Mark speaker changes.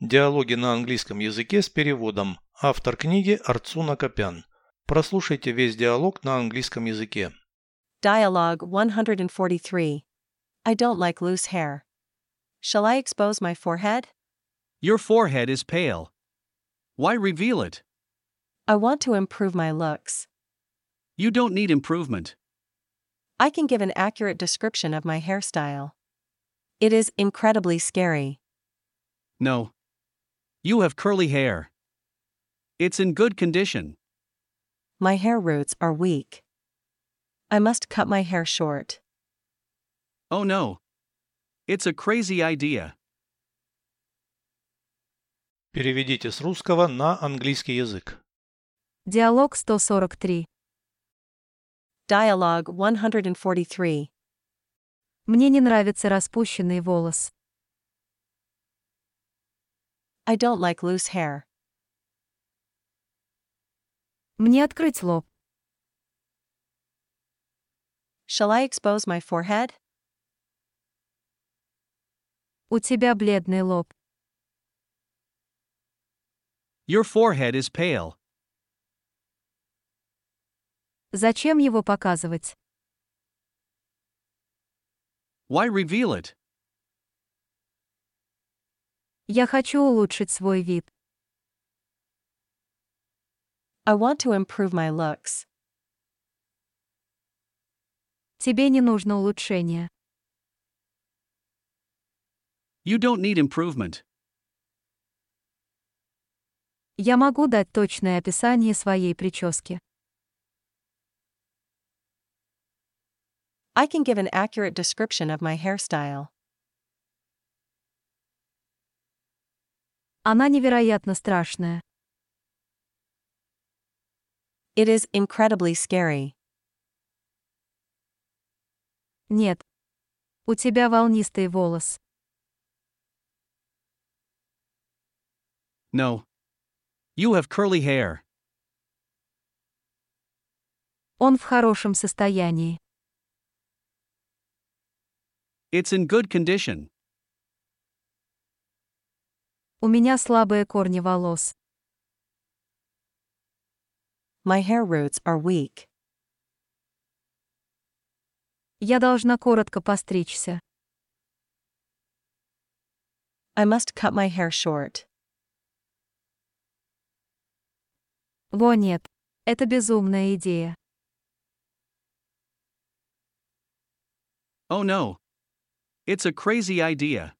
Speaker 1: Диалоги на английском языке с переводом. Автор книги Арцуна Копян. Прослушайте весь диалог на английском языке.
Speaker 2: Dialogue 143. I don't like loose hair. Shall I expose my forehead?
Speaker 3: Your forehead is pale. Why reveal it?
Speaker 2: I want to improve my looks.
Speaker 3: You don't need improvement.
Speaker 2: I can give an accurate description of my hairstyle. It is incredibly scary.
Speaker 3: No. You have curly hair. It's in good condition.
Speaker 2: My hair roots are weak. I must cut my hair short.
Speaker 3: Oh no. It's a crazy idea.
Speaker 1: Переведите с русского на английский язык.
Speaker 4: Диалог 143.
Speaker 2: Dialogue 143.
Speaker 4: Мне не нравится распущенный волос.
Speaker 2: I don't like loose hair.
Speaker 4: Мне открыть лоб.
Speaker 2: Shall I expose my forehead?
Speaker 4: У тебя бледный лоб.
Speaker 3: Your forehead is pale.
Speaker 4: Зачем его показывать?
Speaker 3: Why reveal it?
Speaker 4: Я хочу улучшить свой вид.
Speaker 2: I want to improve my looks.
Speaker 4: Тебе не нужно улучшение.
Speaker 3: You don't need improvement.
Speaker 4: Я могу дать точное описание своей прически.
Speaker 2: I can give an accurate description of my hairstyle.
Speaker 4: Она невероятно страшная.
Speaker 2: It is incredibly scary.
Speaker 4: Нет. У тебя волнистый волос.
Speaker 3: No. You have curly hair.
Speaker 4: Он в хорошем состоянии.
Speaker 3: It's in good condition.
Speaker 4: У меня слабые корни волос.
Speaker 2: My hair roots are weak.
Speaker 4: Я должна коротко постричься.
Speaker 2: I must cut my hair short.
Speaker 4: Во нет. Это безумная идея.
Speaker 3: Oh no. It's a crazy idea.